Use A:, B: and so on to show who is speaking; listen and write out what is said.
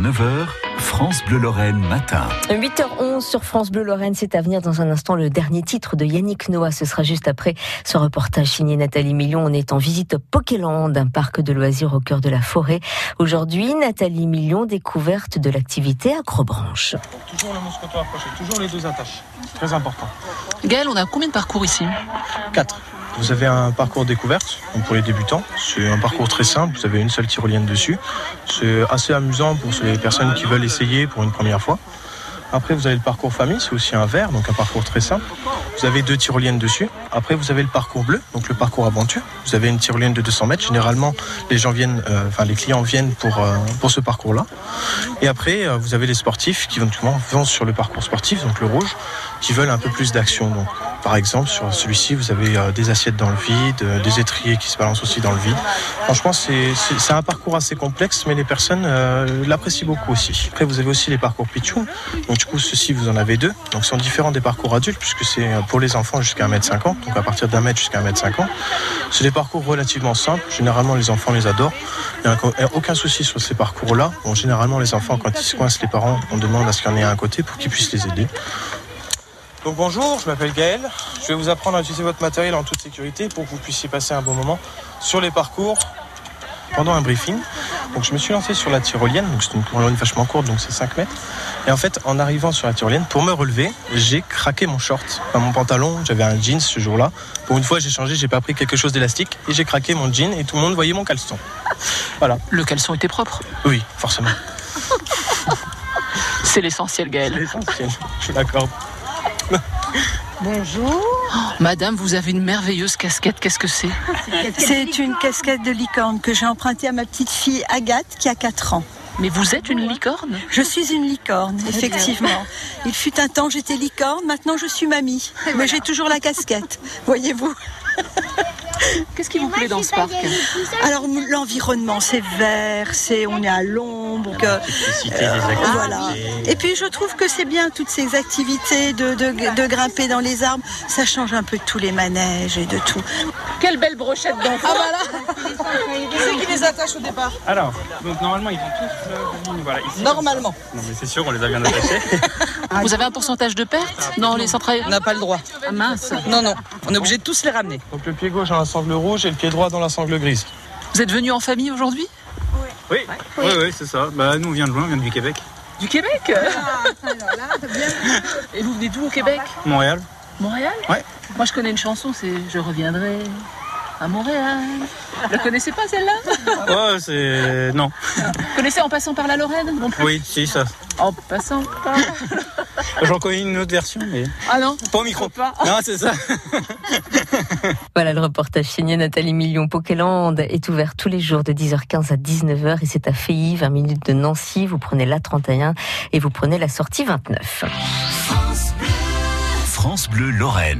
A: 9h, France Bleu-Lorraine matin.
B: 8h11 sur France Bleu Lorraine, c'est à venir dans un instant le dernier titre de Yannick Noah. Ce sera juste après ce reportage signé Nathalie Million. On est en visite au Pokéland, un parc de loisirs au cœur de la forêt. Aujourd'hui, Nathalie Million, découverte de l'activité accrobranche.
C: Toujours le mousqueton approché, toujours les deux attaches. Très important.
D: Gaël, on a combien de parcours ici
C: 4. Vous avez un parcours découverte donc pour les débutants. C'est un parcours très simple. Vous avez une seule tyrolienne dessus. C'est assez amusant pour les personnes qui veulent essayer pour une première fois. Après, vous avez le parcours famille. C'est aussi un vert, donc un parcours très simple. Vous avez deux tyroliennes dessus. Après, vous avez le parcours bleu, donc le parcours aventure. Vous avez une tyrolienne de 200 mètres. Généralement, les gens viennent, euh, enfin les clients viennent pour euh, pour ce parcours-là. Et après, euh, vous avez les sportifs qui vont, vont sur le parcours sportif, donc le rouge, qui veulent un peu plus d'action. Donc, par exemple, sur celui-ci, vous avez euh, des assiettes dans le vide, euh, des étriers qui se balancent aussi dans le vide. Franchement, c'est- c'est c'est un parcours assez complexe, mais les personnes euh, l'apprécient beaucoup aussi. Après, vous avez aussi les parcours Pichou. Donc, du coup, ceux-ci, vous en avez deux. Donc, ils sont différents des parcours adultes, puisque c'est euh, pour les enfants jusqu'à 1m50, donc à partir d'un mètre jusqu'à 1m50. C'est des parcours relativement simples. Généralement, les enfants les adorent. Il n'y a encore- il y a aucun souci sur ces parcours-là. Bon, généralement, les enfants, quand ils se coincent les parents, on demande à ce qu'il y en ait un à côté pour qu'ils puissent les aider. Donc bonjour, je m'appelle Gaël. Je vais vous apprendre à utiliser votre matériel en toute sécurité pour que vous puissiez passer un bon moment sur les parcours pendant un briefing. Donc je me suis lancé sur la tyrolienne, donc c'est une tyrolienne vachement courte, donc c'est 5 mètres. Et en fait, en arrivant sur la tyrolienne, pour me relever, j'ai craqué mon short, enfin, mon pantalon, j'avais un jeans ce jour-là. Pour une fois, j'ai changé, j'ai pas pris quelque chose d'élastique et j'ai craqué mon jean et tout le monde voyait mon caleçon. Voilà,
D: Le caleçon était propre.
C: oui, forcément.
D: C'est l'essentiel, Gaël.
C: L'essentiel, je suis d'accord.
E: Bonjour.
D: Madame, vous avez une merveilleuse casquette. Qu'est-ce que c'est
E: C'est une casquette de licorne que j'ai empruntée à ma petite fille Agathe qui a 4 ans.
D: Mais vous êtes une licorne
E: Je suis une licorne, effectivement. Il fut un temps j'étais licorne, maintenant je suis mamie. Mais j'ai toujours la casquette, voyez-vous.
D: Qu'est-ce qui vous plaît dans ce parc
E: Alors m- l'environnement, c'est vert, c'est on est à l'ombre. que- euh, Voilà. Et puis je trouve que c'est bien toutes ces activités de, de- de grimper dans les arbres. Ça change un peu de tous les manèges et de tout.
D: Quelle belle brochette d'enfant
F: Alors, donc normalement ils ont tous euh, ligne, voilà, ici. Normalement. Non mais c'est sûr, on les a bien attachés.
D: Vous avez un pourcentage de perte dans les centrales
G: On n'a pas le droit.
D: Ah, Mince.
G: Non, non. On est obligé de tous les ramener.
C: Donc le pied gauche dans la sangle rouge et le pied droit dans la sangle grise.
D: Vous êtes venu en famille aujourd'hui
F: Oui, oui, oui, c'est ça. Bah nous on vient de loin, on vient du Québec.
D: Du Québec Et vous venez d'où au Québec
F: Montréal.
D: Montréal
F: Ouais.
D: Moi, je connais une chanson, c'est Je reviendrai à Montréal. Vous la connaissez pas celle-là
C: Ah
F: Ouais, c'est non.
D: Vous connaissez en passant par la Lorraine non plus
F: Oui, si ça.
D: En passant par.
F: J'en connais une autre version, mais
D: Ah non
F: pas au micro.
D: pas.
F: Non, c'est ça.
B: Voilà le reportage signé Nathalie Million. Pokéland est ouvert tous les jours de 10h15 à 19h et c'est à Feilly, 20 minutes de Nancy. Vous prenez la 31 et vous prenez la sortie 29.
A: France Bleu Lorraine.